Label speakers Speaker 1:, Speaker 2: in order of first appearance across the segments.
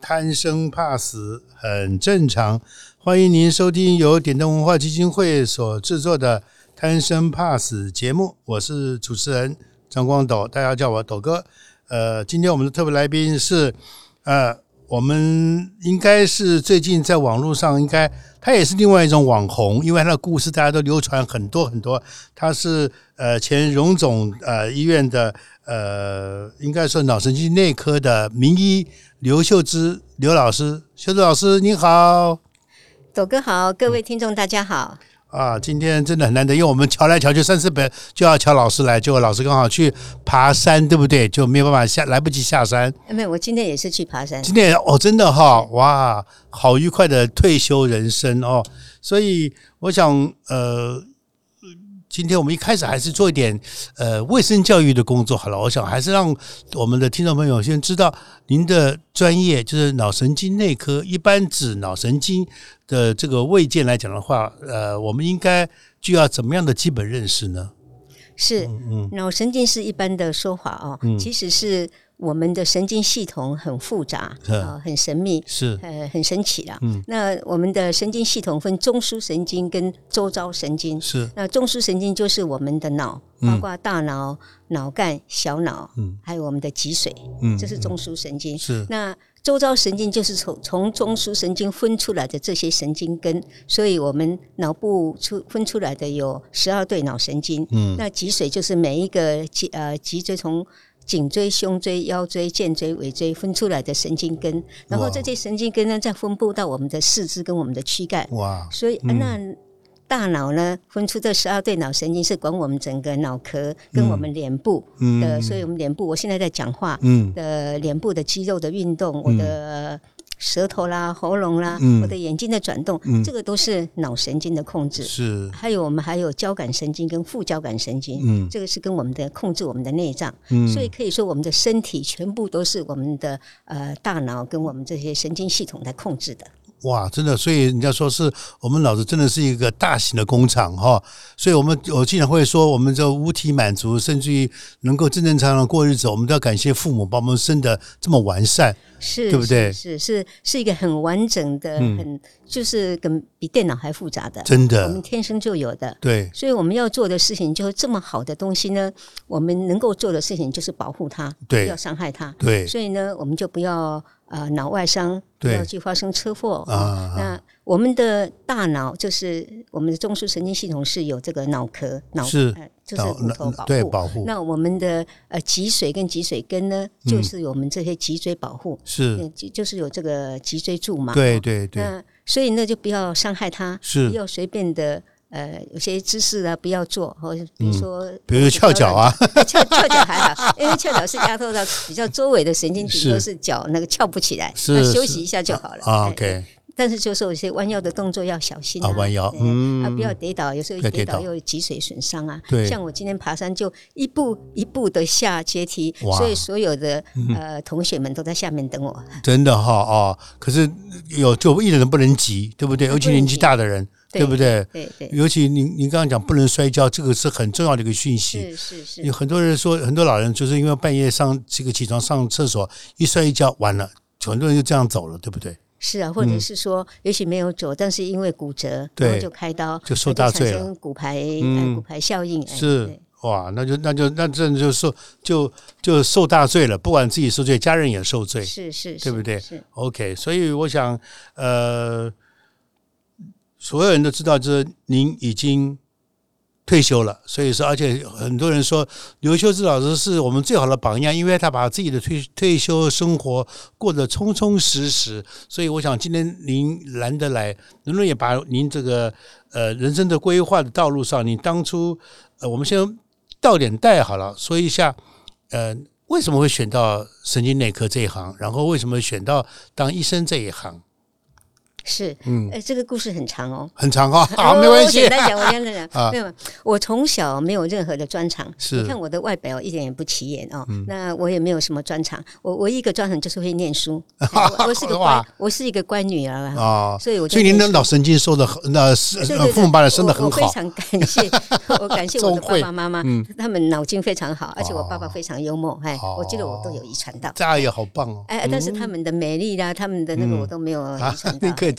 Speaker 1: 贪生怕死很正常。欢迎您收听由点灯文化基金会所制作的《贪生怕死》节目，我是主持人张光斗，大家叫我斗哥。呃，今天我们的特别来宾是，呃，我们应该是最近在网络上，应该他也是另外一种网红，因为他的故事大家都流传很多很多。他是呃前荣总呃医院的呃，应该说脑神经内科的名医刘秀芝刘老师，秀芝老师您好。
Speaker 2: 斗哥好，各位听众大家好。
Speaker 1: 啊，今天真的很难得，因为我们瞧来瞧去三四本就要瞧老师来，结果老师刚好去爬山，对不对？就没有办法下，来不及下山。
Speaker 2: 呃没有，我今天也是去爬山。
Speaker 1: 今天哦，真的哈、哇，好愉快的退休人生哦。所以我想，呃，今天我们一开始还是做一点呃卫生教育的工作好了。我想还是让我们的听众朋友先知道您的专业，就是脑神经内科。一般指脑神经的这个卫健来讲的话，呃，我们应该具要怎么样的基本认识呢？
Speaker 2: 是，
Speaker 1: 嗯
Speaker 2: 脑神经是一般的说法哦，其实是我们的神经系统很复杂，
Speaker 1: 嗯
Speaker 2: 呃，很神秘，
Speaker 1: 是
Speaker 2: 呃，很神奇啦。那我们的神经系统分中枢神经跟周遭神经。
Speaker 1: 是
Speaker 2: 那中枢神经就是我们的脑，包括大脑、脑干、小脑，
Speaker 1: 嗯
Speaker 2: 还有我们的脊髓，
Speaker 1: 嗯
Speaker 2: 这是中枢神经。
Speaker 1: 是
Speaker 2: 那周遭神经就是从从中枢神经分出来的这些神经根，所以我们脑部出分出来的有十二对脑神经。嗯，那脊髓就是每一个脊呃脊椎从颈椎、胸椎、腰椎、肩椎、尾椎分出来的神经根，然后
Speaker 1: 哇
Speaker 2: 这些神经根呢再分布到我们的四肢跟我们的躯干。
Speaker 1: 哇
Speaker 2: 所以、啊那大脑呢分出这十二对脑神经是管我们整个脑壳跟我们脸部的，所以我们脸部我现在在讲话，
Speaker 1: 嗯
Speaker 2: 的脸部的肌肉的运动，我的舌头啦、喉咙啦，
Speaker 1: 嗯
Speaker 2: 我的眼睛的转动，这个都是脑神经的控制。
Speaker 1: 是
Speaker 2: 还有我们还有交感神经跟副交感神经，
Speaker 1: 嗯
Speaker 2: 这个是跟我们的控制我们的内脏，
Speaker 1: 嗯
Speaker 2: 所以可以说我们的身体全部都是我们的呃大脑跟我们这些神经系统来控制的。
Speaker 1: 哇，真的，所以人家说是我们脑子真的是一个大型的工厂哈，所以我们我经常会说，我们这五体满足，甚至于能够正正常常地过日子，我们都要感谢父母把我们生的这么完善。
Speaker 2: 是，
Speaker 1: 对不对嗯
Speaker 2: 是是是是一个很完整的，很就是跟比电脑还复杂的，
Speaker 1: 真的
Speaker 2: 我们天生就有的。
Speaker 1: 对，
Speaker 2: 所以我们要做的事情，就是这么好的东西呢，我们能够做的事情就是保护它，
Speaker 1: 对
Speaker 2: 不要伤害它。
Speaker 1: 对，
Speaker 2: 所以呢，我们就不要呃脑外伤，不
Speaker 1: 对
Speaker 2: 要去发生车祸
Speaker 1: 啊
Speaker 2: 那我们的大脑就是我们的中枢神经系统是有这个脑壳，脑
Speaker 1: 是
Speaker 2: 呃就是骨头保护。
Speaker 1: 对保护
Speaker 2: 那我们的呃脊髓跟脊髓根呢，就是有我们这些脊椎保护，
Speaker 1: 嗯是，
Speaker 2: 嗯就就是有这个脊椎柱嘛。
Speaker 1: 对对对，
Speaker 2: 那所以呢，就不要伤害它，
Speaker 1: 是
Speaker 2: 不要随便的呃，有些姿势啊不要做，或
Speaker 1: 嗯
Speaker 2: 者比如说、
Speaker 1: 比如翘脚啊，
Speaker 2: 翘翘脚还好，因为翘脚是压迫到比较周围的神经，
Speaker 1: 是
Speaker 2: 顶多是脚那个翘不起来，
Speaker 1: 是
Speaker 2: 那
Speaker 1: 是
Speaker 2: 休息一下就好了。
Speaker 1: 啊
Speaker 2: 哎
Speaker 1: ，OK，
Speaker 2: 但是就是有些弯腰的动作要小心
Speaker 1: 啊弯腰
Speaker 2: 哎
Speaker 1: 嗯
Speaker 2: 啊不要跌倒，有时候一
Speaker 1: 不要
Speaker 2: 跌
Speaker 1: 跌倒
Speaker 2: 倒又有脊髓损伤啊。
Speaker 1: 对
Speaker 2: 像我今天爬山就一步一步的下阶梯，
Speaker 1: 哇嗯
Speaker 2: 所以所有的呃同学们都在下面等我。
Speaker 1: 真的哈哦，可是有就一点都不能急，对不对？尤其年纪大的人，
Speaker 2: 对
Speaker 1: 对不对？
Speaker 2: 对对，
Speaker 1: 尤其您您刚刚讲不能摔跤，这个是很重要的一个讯息。
Speaker 2: 是是是
Speaker 1: 有。很多人说，很多老人就是因为半夜上这个起床上厕所，一摔一跤完了，很多人就这样走了，对不对？
Speaker 2: 是啊，或者是说，也许没有走，但是因为骨折，
Speaker 1: 嗯对
Speaker 2: 然后就开刀，
Speaker 1: 就受
Speaker 2: 那
Speaker 1: 大罪了
Speaker 2: 产生骨牌、
Speaker 1: 嗯
Speaker 2: 呃、骨牌效应，哎
Speaker 1: 是
Speaker 2: 对
Speaker 1: 哇，那就那就那这就受就就受大罪了，不管自己受罪，家人也受罪。
Speaker 2: 是是，是
Speaker 1: 对不对
Speaker 2: 是
Speaker 1: OK，所以我想，呃，所有人都知道，就是您已经退休了，所以说，而且很多人说刘秀芝老师是我们最好的榜样，因为他把自己的退退休生活过得充充实实。所以我想，今天您难得来，能不能也把您这个呃人生的规划的道路上，你当初呃，我们先到点带好了，说一下，呃，为什么会选到神经内科这一行？然后为什么选到当医生这一行？
Speaker 2: 是，嗯，呃，这个故事很长哦。
Speaker 1: 很长哈、好，啊没关
Speaker 2: 我
Speaker 1: 系
Speaker 2: 简。单讲，我简单讲，
Speaker 1: 啊
Speaker 2: 没有，我从小没有任何的专长。
Speaker 1: 是嗯
Speaker 2: 你看我的外表一点也不起眼哦，那我也没有什么专长。我唯一一个专长就是会 念书。哎我我是个乖
Speaker 1: 哇，
Speaker 2: 我是一个乖女儿啊，
Speaker 1: 啊，
Speaker 2: 所以我就
Speaker 1: 所以您的
Speaker 2: 念书
Speaker 1: 脑神经受的很，那是
Speaker 2: 对对对
Speaker 1: 呃父母把你生的
Speaker 2: 我
Speaker 1: 很
Speaker 2: 我非
Speaker 1: 好，嗯
Speaker 2: 常感谢， 我感谢我 的爸爸妈妈，他们脑筋非常
Speaker 1: 哦
Speaker 2: 好，而且我爸爸非常幽默，哎，我觉得我都有遗传到。
Speaker 1: 这样也好棒哦。
Speaker 2: 哎，但是他们的美丽啦，他们的那个我都没有
Speaker 1: 啊
Speaker 2: 遗传，到
Speaker 1: 您。客气。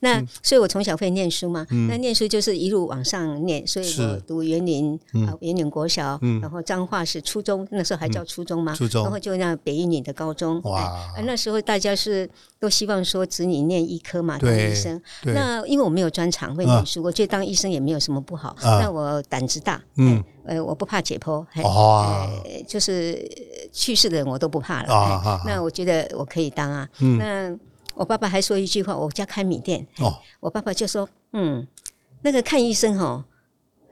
Speaker 2: 那
Speaker 1: 嗯
Speaker 2: 所以，我从小会念书嘛，那念书就是一路往上念，所以我
Speaker 1: 是嗯
Speaker 2: 读园林啊，园林国小，然后彰化是初中，那时候还叫初中
Speaker 1: 嗯
Speaker 2: 嘛，
Speaker 1: 初中
Speaker 2: 然后就那北一女的高中，
Speaker 1: 哇
Speaker 2: 哎啊那时候大家是都希望说子女念医科嘛，当
Speaker 1: 对
Speaker 2: 医生。
Speaker 1: 对嗯
Speaker 2: 那因为我没有专长会念书，我觉得当医生也没有什么不好，
Speaker 1: 啊
Speaker 2: 那我胆子大，
Speaker 1: 嗯
Speaker 2: 哎，呃，我不怕解剖，嘿
Speaker 1: 哦哇
Speaker 2: 呃就是呃去世的人我都不怕了，
Speaker 1: 啊嗯
Speaker 2: 嘿
Speaker 1: 啊
Speaker 2: 那我觉得我可以当啊，那。我爸爸还说一句话，我家开米店，
Speaker 1: 哦
Speaker 2: 我爸爸就说：“嗯，那个看医生哦，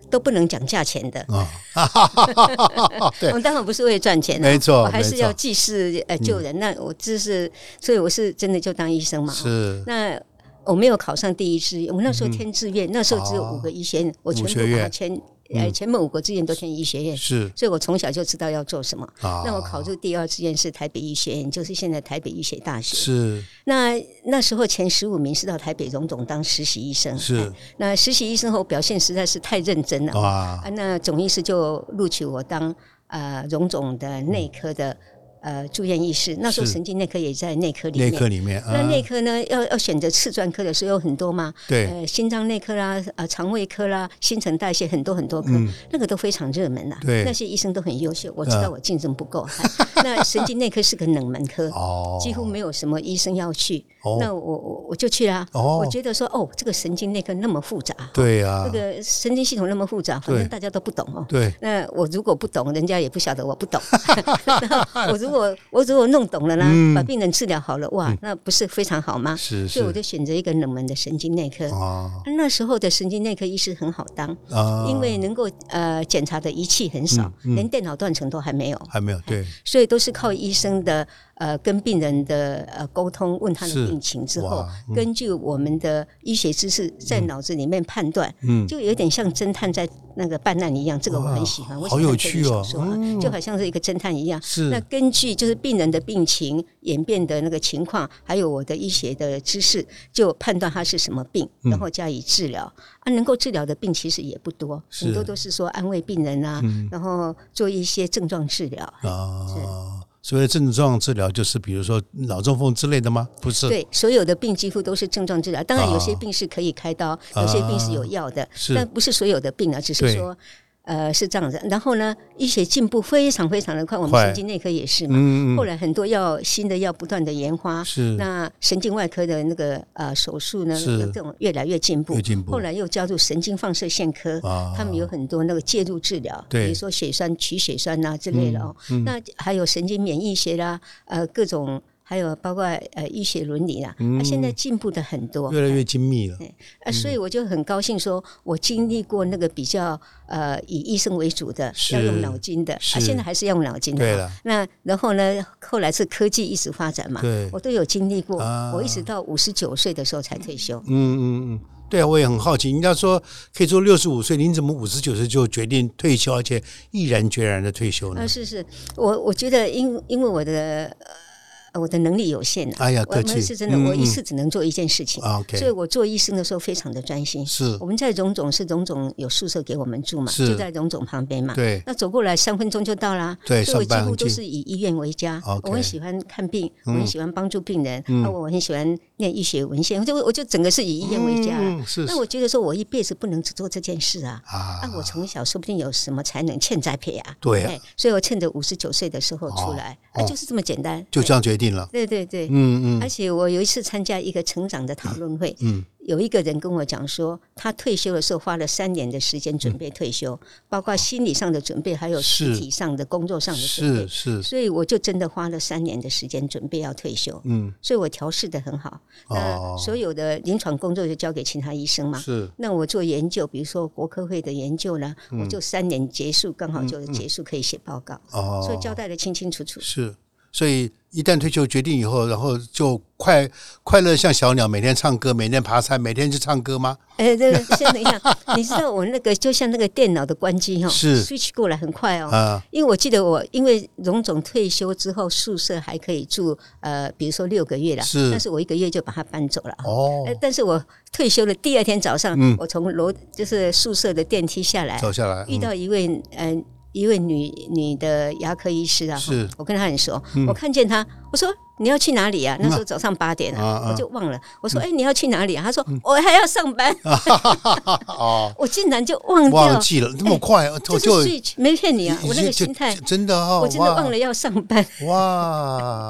Speaker 2: 都不能讲价钱的。
Speaker 1: 啊，哈哈哈哈 哈
Speaker 2: 我
Speaker 1: 啊对，
Speaker 2: 们当然不是为了赚钱、啊，
Speaker 1: 没错
Speaker 2: 我还
Speaker 1: 没
Speaker 2: 是
Speaker 1: 错嗯
Speaker 2: 要济世呃救人。那我这是，所以我是真的就当医生嘛。
Speaker 1: 是嗯
Speaker 2: 那我没有考上第一志愿，我那时候填志愿，那时候只有五个医学院，我全
Speaker 1: 哦五学
Speaker 2: 部把
Speaker 1: 院嗯
Speaker 2: 它填，呃，前面五个志愿都填医学院。
Speaker 1: 是
Speaker 2: 所以我从小就知道要做什么。
Speaker 1: 啊，
Speaker 2: 那我考入第二志愿是台北医学院，就是现在台北医学大学。
Speaker 1: 是
Speaker 2: 那那时候前十五名是到台北荣总当实习医生，
Speaker 1: 是
Speaker 2: 那实习医生后表现实在是太认真了啊，
Speaker 1: 哇
Speaker 2: 那总医师就录取我当呃荣总的内科的呃住院医师，那时候
Speaker 1: 是
Speaker 2: 神经内科也在内科里
Speaker 1: 内
Speaker 2: 面。
Speaker 1: 科里面啊
Speaker 2: 那，内科呢，要要选择次专科的时候有很多嘛，
Speaker 1: 对
Speaker 2: 呃，心脏内科啦，呃，肠胃科啦，新陈代谢很多很多科，那个都非常热门啦。
Speaker 1: 嗯
Speaker 2: 啊
Speaker 1: 对啊
Speaker 2: 那些医生都很优秀，我知道我竞争不够。 嗨那神经内科是个冷门科，
Speaker 1: 哦，
Speaker 2: 几乎没有什么医生要去，
Speaker 1: 哦
Speaker 2: 那我我我就去啦。
Speaker 1: 哦
Speaker 2: 我觉得说哦，这个神经内科那么复杂，
Speaker 1: 对啊
Speaker 2: 这，个神经系统那么复杂，反
Speaker 1: 对
Speaker 2: 正大家都不懂哦。
Speaker 1: 对
Speaker 2: 那我如果不懂，人家也不晓得我不懂。 那我如果我如果弄懂了啦，把病人治疗好了，哇，那不是非常好吗？
Speaker 1: 嗯是
Speaker 2: 所以我
Speaker 1: 是
Speaker 2: 就选择一个冷门的神经内科。
Speaker 1: 啊
Speaker 2: 那时候的神经内科医师很好当，
Speaker 1: 啊，
Speaker 2: 因为能够呃检查的仪器很少，
Speaker 1: 嗯
Speaker 2: 连电脑断层都还没有。
Speaker 1: 还没有对
Speaker 2: 所以都是靠医生的呃跟病人的呃沟通，问他的
Speaker 1: 是
Speaker 2: 病情之后
Speaker 1: 哇，嗯
Speaker 2: 根据我们的医学知识在脑子里面判断，
Speaker 1: 嗯
Speaker 2: 就有点像侦探在那个办案一样，这个我很喜欢，
Speaker 1: 哇好
Speaker 2: 我喜欢
Speaker 1: 有
Speaker 2: 推
Speaker 1: 趣
Speaker 2: 理
Speaker 1: 哦
Speaker 2: 小说啊就好像是一个侦探一样。
Speaker 1: 是
Speaker 2: 那根据就是病人的病情演变的那个情况，还有我的医学的知识，就判断他是什么病，
Speaker 1: 嗯
Speaker 2: 然后加以治疗。啊，能够治疗的病其实也不多，
Speaker 1: 是嗯
Speaker 2: 很多都是说安慰病人啊，然后做一些症状治疗。
Speaker 1: 啊。所谓症状治疗就是比如说脑中风之类的吗？不是，啊
Speaker 2: 对，所有的病几乎都是症状治疗。当然，有些病是可以开刀，有些病是有药的，
Speaker 1: 是
Speaker 2: 但不是所有的病啊，只是
Speaker 1: 对
Speaker 2: 说。呃，是这样子，然后呢，医学进步非常非常的快，我们
Speaker 1: 快
Speaker 2: 神经内科也是嘛。
Speaker 1: 嗯嗯
Speaker 2: 后来很多药新的药不断的研发，
Speaker 1: 是
Speaker 2: 那神经外科的那个呃手术呢，
Speaker 1: 是
Speaker 2: 有这种越来越进步，
Speaker 1: 越进步
Speaker 2: 后来又加入神经放射线科，
Speaker 1: 啊
Speaker 2: 他们有很多那个介入治疗，
Speaker 1: 对嗯
Speaker 2: 比如说血栓、取血栓呐、之类的哦。那还有神经免疫学啦，呃，各种还有包括呃医学伦理啦，
Speaker 1: 嗯
Speaker 2: 啊，现在进步的很多。
Speaker 1: 越来越精密了，
Speaker 2: 啊，所
Speaker 1: 嗯
Speaker 2: 以我就很高兴，说我经历过那个比较呃以医生为主的，
Speaker 1: 是
Speaker 2: 要用脑筋的，啊，
Speaker 1: 是
Speaker 2: 现在还是要用脑筋的啊。
Speaker 1: 对了
Speaker 2: 那然后呢，后来是科技一直发展嘛
Speaker 1: 对，
Speaker 2: 我都有经历过，
Speaker 1: 啊
Speaker 2: 我一直到五十九岁的时候才退休。
Speaker 1: 嗯嗯嗯，对啊，我也很好奇，人家说可以做六十五岁，您怎么五十九岁就决定退休，而且毅然决然的退休呢
Speaker 2: 啊，？是是，我我觉得因因为我的呃我的能力有限啊，
Speaker 1: 哎呀，
Speaker 2: 我
Speaker 1: 客气，
Speaker 2: 们是真的，
Speaker 1: 嗯
Speaker 2: 我一
Speaker 1: 嗯
Speaker 2: 次只能做一件事情，
Speaker 1: 啊，OK，
Speaker 2: 所以我做医生的时候非常的专心。
Speaker 1: 是
Speaker 2: 我们在荣总是荣总有宿舍给我们住嘛，
Speaker 1: 是
Speaker 2: 就在荣总旁边嘛。
Speaker 1: 对
Speaker 2: 那走过来三分钟就到啦。
Speaker 1: 对
Speaker 2: 所以我
Speaker 1: 上班
Speaker 2: 几乎
Speaker 1: 很近
Speaker 2: 都是以医院为家。
Speaker 1: OK 嗯
Speaker 2: 我很喜欢看病，我很喜欢帮助病人，啊，我很喜欢念医学文献，我就我就整个是以医院为家啦。
Speaker 1: 嗯，是
Speaker 2: 那我觉得说，我一辈子不能只做这件事啊！
Speaker 1: 啊
Speaker 2: 啊，我从小说不定有什么才能欠栽培啊！
Speaker 1: 对啊
Speaker 2: 哎，所以我趁着五十九岁的时候出来，
Speaker 1: 哦
Speaker 2: 啊，
Speaker 1: 哦
Speaker 2: 就是这么简单。
Speaker 1: 就
Speaker 2: 哎
Speaker 1: 这样决定了，
Speaker 2: 对对对，
Speaker 1: 嗯嗯，
Speaker 2: 而且我有一次参加一个成长的讨论会，有一个人跟我讲说，他退休的时候花了三年的时间准备退休，包括心理上的准备，还有
Speaker 1: 嗯是
Speaker 2: 实体上的工哎作上的准备
Speaker 1: 是。是
Speaker 2: 所以我就真的花了三年的时间准备要退休，
Speaker 1: 嗯，
Speaker 2: 所以我调试的很好。那
Speaker 1: 哦
Speaker 2: 所有的临床工作就交给其他医生嘛。
Speaker 1: 是
Speaker 2: 那我做研究，比如说国科会的研究呢，
Speaker 1: 嗯
Speaker 2: 我就三啊年结束，刚好就结束可以写报告，所以
Speaker 1: 哦，
Speaker 2: 交代的清清楚楚。
Speaker 1: 是，所以一旦退休决定以后，然后就快快乐像小鸟，每天唱歌，每天爬山，每天去唱歌吗？
Speaker 2: 哎，对，先等一下， 你知道我那个就像那个电脑的关机哈、哦，
Speaker 1: 是
Speaker 2: switch 过来很快哦。
Speaker 1: 啊，
Speaker 2: 因为我记得我因为荣总退休之后，宿舍还可以住，呃，比如说六个月啦，
Speaker 1: 是
Speaker 2: 但是我一个月就把它搬走了。
Speaker 1: 哦
Speaker 2: 呃，但是我退休的第二天早上，
Speaker 1: 嗯
Speaker 2: 我从楼就是宿舍的电梯下来，
Speaker 1: 走下来，
Speaker 2: 哎遇
Speaker 1: 嗯
Speaker 2: 到一位嗯、一位女女的牙科医师啊，
Speaker 1: 是嗯
Speaker 2: 我跟她很熟，我看见她，我说你要去哪里啊？那时候早上八点
Speaker 1: 啊嗯啊
Speaker 2: 我就忘了，我说哎、你要去哪里啊？她说我还要上班，
Speaker 1: 哦，
Speaker 2: 我竟然就忘哎
Speaker 1: 忘
Speaker 2: 掉，
Speaker 1: 记了，那么快，我
Speaker 2: 就
Speaker 1: 就是
Speaker 2: switch 没骗你啊，
Speaker 1: 已
Speaker 2: 我那
Speaker 1: 经
Speaker 2: 个
Speaker 1: 就
Speaker 2: 心态
Speaker 1: 就，真的哈，
Speaker 2: 我真的忘了要上班，
Speaker 1: 哇。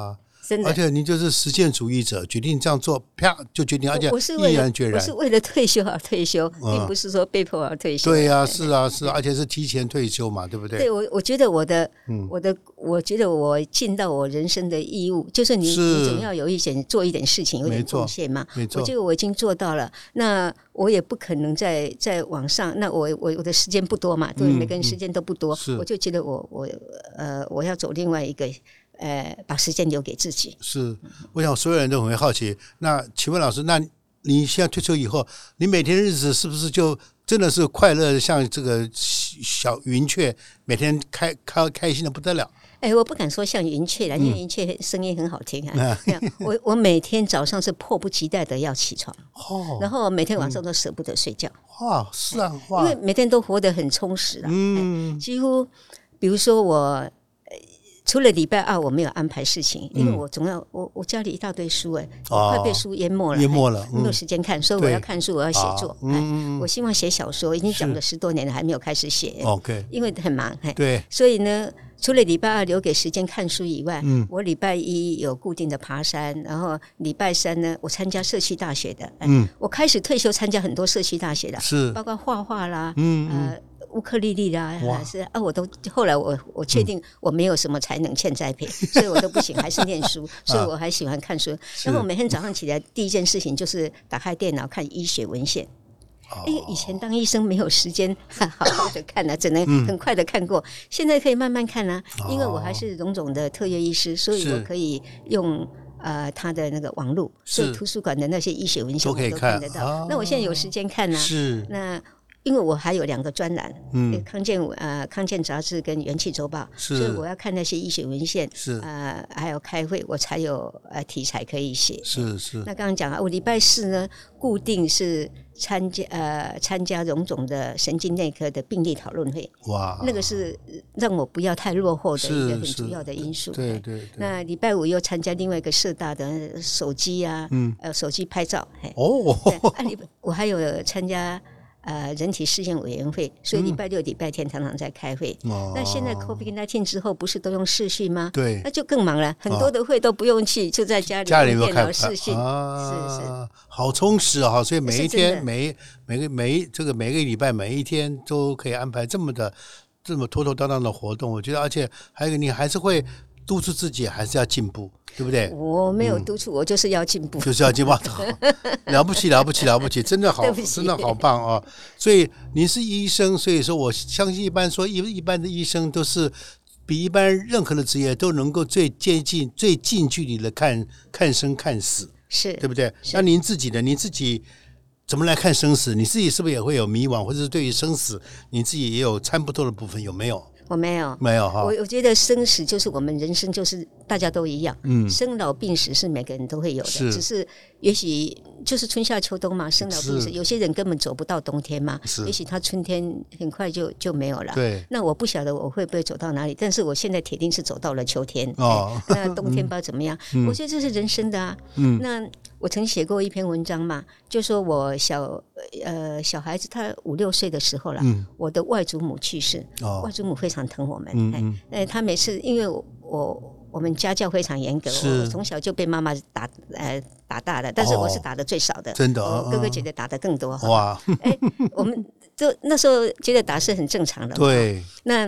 Speaker 1: 哇
Speaker 2: 真的
Speaker 1: 而。且您啊就是实践主义者，决定这样做，啪啊就决定，而且
Speaker 2: 我是为
Speaker 1: 毅
Speaker 2: 了
Speaker 1: 然决
Speaker 2: 我
Speaker 1: 然
Speaker 2: 是。为了退休而退休，
Speaker 1: 嗯
Speaker 2: 并不是说被迫而退休。
Speaker 1: 对呀、是啊，是啊，而且是提前退休嘛，对不嗯对？
Speaker 2: 对我，我觉得我的，我的，我觉得我尽到我人生的义务，就是你，
Speaker 1: 是
Speaker 2: 你总要有一点做一点事情，有
Speaker 1: 没
Speaker 2: 点
Speaker 1: 错
Speaker 2: 贡献嘛。
Speaker 1: 没错
Speaker 2: 我觉得我已经做到了，那我也不可能再再往上。那我我我的时间不多嘛，对，
Speaker 1: 嗯
Speaker 2: 每个人时间都不多，
Speaker 1: 是
Speaker 2: 我就觉得我我呃，我要走另外一个呃，把时间留给自己。
Speaker 1: 是，我想所有人都很会好奇。那请问老师，那你现在退休以后，你每天日子是不是就真的是快乐得像这个小云雀，每天开开开心的不得了？
Speaker 2: 哎，我不敢说像云雀
Speaker 1: 嗯
Speaker 2: 啦，因为云雀声音很好听 啊
Speaker 1: 啊。
Speaker 2: 那我我每天早上是迫不及待的要起床，
Speaker 1: 哦，
Speaker 2: 然后每天晚上都舍不得睡觉。
Speaker 1: 哇，是啊，
Speaker 2: 因
Speaker 1: 哇
Speaker 2: 为，每天都活得很充实了。
Speaker 1: 嗯，
Speaker 2: 几乎，比如说我，呃除了礼拜二我没有安排事情，因为我总要我我家里一大堆书哎、
Speaker 1: 嗯哦
Speaker 2: 快被书淹没了，
Speaker 1: 淹没了
Speaker 2: 哎
Speaker 1: 嗯
Speaker 2: 没有时间看，所以我
Speaker 1: 对
Speaker 2: 要看书，我要写作
Speaker 1: 啊。
Speaker 2: 哎
Speaker 1: 嗯
Speaker 2: 我希望写小说，已经讲了十多年了，还没有开始写，
Speaker 1: ，OK，
Speaker 2: 因为很忙。哎，
Speaker 1: 对，
Speaker 2: 所以呢，除了礼拜二留给时间看书以外，
Speaker 1: 嗯
Speaker 2: 我礼拜一有固定的爬山，然后礼拜三呢，我参加社区大学的，哎
Speaker 1: 嗯，
Speaker 2: 我开始退休参加很多社区大学的，
Speaker 1: 是，
Speaker 2: 包括画画啦，
Speaker 1: 嗯
Speaker 2: 呃，乌克丽丽啦，
Speaker 1: 哇嗯
Speaker 2: 还是啊，我都后来我我确定我没有什么才能欠栽培， 所以我都不行，还是念
Speaker 1: 啊
Speaker 2: 书，所以我还喜欢看书。然后我每天早上起来第一件事情就是打开电脑看医学文献。
Speaker 1: 哦
Speaker 2: 因为以前当医生没有时间好好的看
Speaker 1: 嗯
Speaker 2: 啊，只能很快的看过。现在可以慢慢看啊，因为我还是荣总的特约医师，所以
Speaker 1: 哦是
Speaker 2: 我可以用呃他的那个网络，
Speaker 1: 是
Speaker 2: 所以图书馆的那些医学文献
Speaker 1: 都
Speaker 2: 我
Speaker 1: 可以
Speaker 2: 都
Speaker 1: 看
Speaker 2: 看得
Speaker 1: 啊
Speaker 2: 到。那我现在有时间看啊，
Speaker 1: 是，
Speaker 2: 那因为我还有两个专栏，
Speaker 1: 嗯，
Speaker 2: 康健呃康健杂志跟元气周报，
Speaker 1: 是
Speaker 2: 所以我要看那些医学文献，
Speaker 1: 是
Speaker 2: 呃还有开会，我才有呃题材可以写。
Speaker 1: 是是，
Speaker 2: 那刚刚讲啊，我礼拜四呢固定是参加呃参加荣总的神经内科的病例讨论会，
Speaker 1: 哇，
Speaker 2: 那个是让我不要太落后的一个
Speaker 1: 啊是
Speaker 2: 很
Speaker 1: 是
Speaker 2: 主要的因素。
Speaker 1: 对对对，
Speaker 2: 嗯那礼拜五又参加另外一个社大的手机啊，嗯，呃手机拍照，嘿，对
Speaker 1: 哦，
Speaker 2: 啊，礼拜我还有参加呃人体试验委员会，所以礼拜六、礼拜天常常在开会。那现在 COVID 1 9之后，不是都用视讯吗？
Speaker 1: 哦嗯对啊
Speaker 2: 那就更忙了，很多的会都不用去，就在家里
Speaker 1: 家里
Speaker 2: 用
Speaker 1: 有
Speaker 2: 电脑
Speaker 1: 看
Speaker 2: 视讯。是是
Speaker 1: 啊，好充实啊！所以每一
Speaker 2: 是真
Speaker 1: 天
Speaker 2: 的
Speaker 1: 每一每个每一这个每个礼拜每一天都可以安排这么的这么头头当当的活动，我觉得，而且还有一个你还是会督促自己，还是要进步，对不对？
Speaker 2: 我没
Speaker 1: 嗯
Speaker 2: 有督促，我就是要进步。
Speaker 1: 就是要进步， 了不起了不起了不起，真的好，
Speaker 2: 对不起
Speaker 1: 真的好棒啊！所以您是医生，所以说我相信一般说一一般的医生都是比一般任何的职业都能够最接近最近距离的看看生看死。
Speaker 2: 是
Speaker 1: 对不对？那您自己的，您自己怎么来看生死？你自己是不是也会有迷惘，或者是对于生死，你自己也有参不透的部分？有没有？
Speaker 2: 我没有。
Speaker 1: 没有哈
Speaker 2: 我。我觉得生死就是我们人生，就是大家都一样，嗯，生老病死是每个人都会有的，
Speaker 1: 是
Speaker 2: 只是也许就是春夏秋冬嘛，生老病死，
Speaker 1: 是
Speaker 2: 有些人根本走不到冬天嘛
Speaker 1: 是，
Speaker 2: 也许他春天很快就就没有了。
Speaker 1: 对
Speaker 2: 那我不晓得我会不会走到哪里，但是我现在铁定是走到了秋天。
Speaker 1: 哦，
Speaker 2: 那冬天不知道怎么样，
Speaker 1: 嗯
Speaker 2: 我觉得这是人生的啊。嗯，那我曾写过一篇文章嘛，就说我小呃小孩子他五六岁的时候啦，我的外祖母去世，
Speaker 1: 嗯哦
Speaker 2: 外祖母非常疼我们，嗯哎，她每次因为我我我们家教非常严格，
Speaker 1: 是
Speaker 2: 我从小就被妈妈打呃打大的，但是
Speaker 1: 哦
Speaker 2: 我是打的最少的，
Speaker 1: 真的
Speaker 2: 我
Speaker 1: 嗯哦
Speaker 2: 哥哥姐姐打的更多。
Speaker 1: 哇，
Speaker 2: 我们就那时候觉得打是很正常的，
Speaker 1: 对，
Speaker 2: 那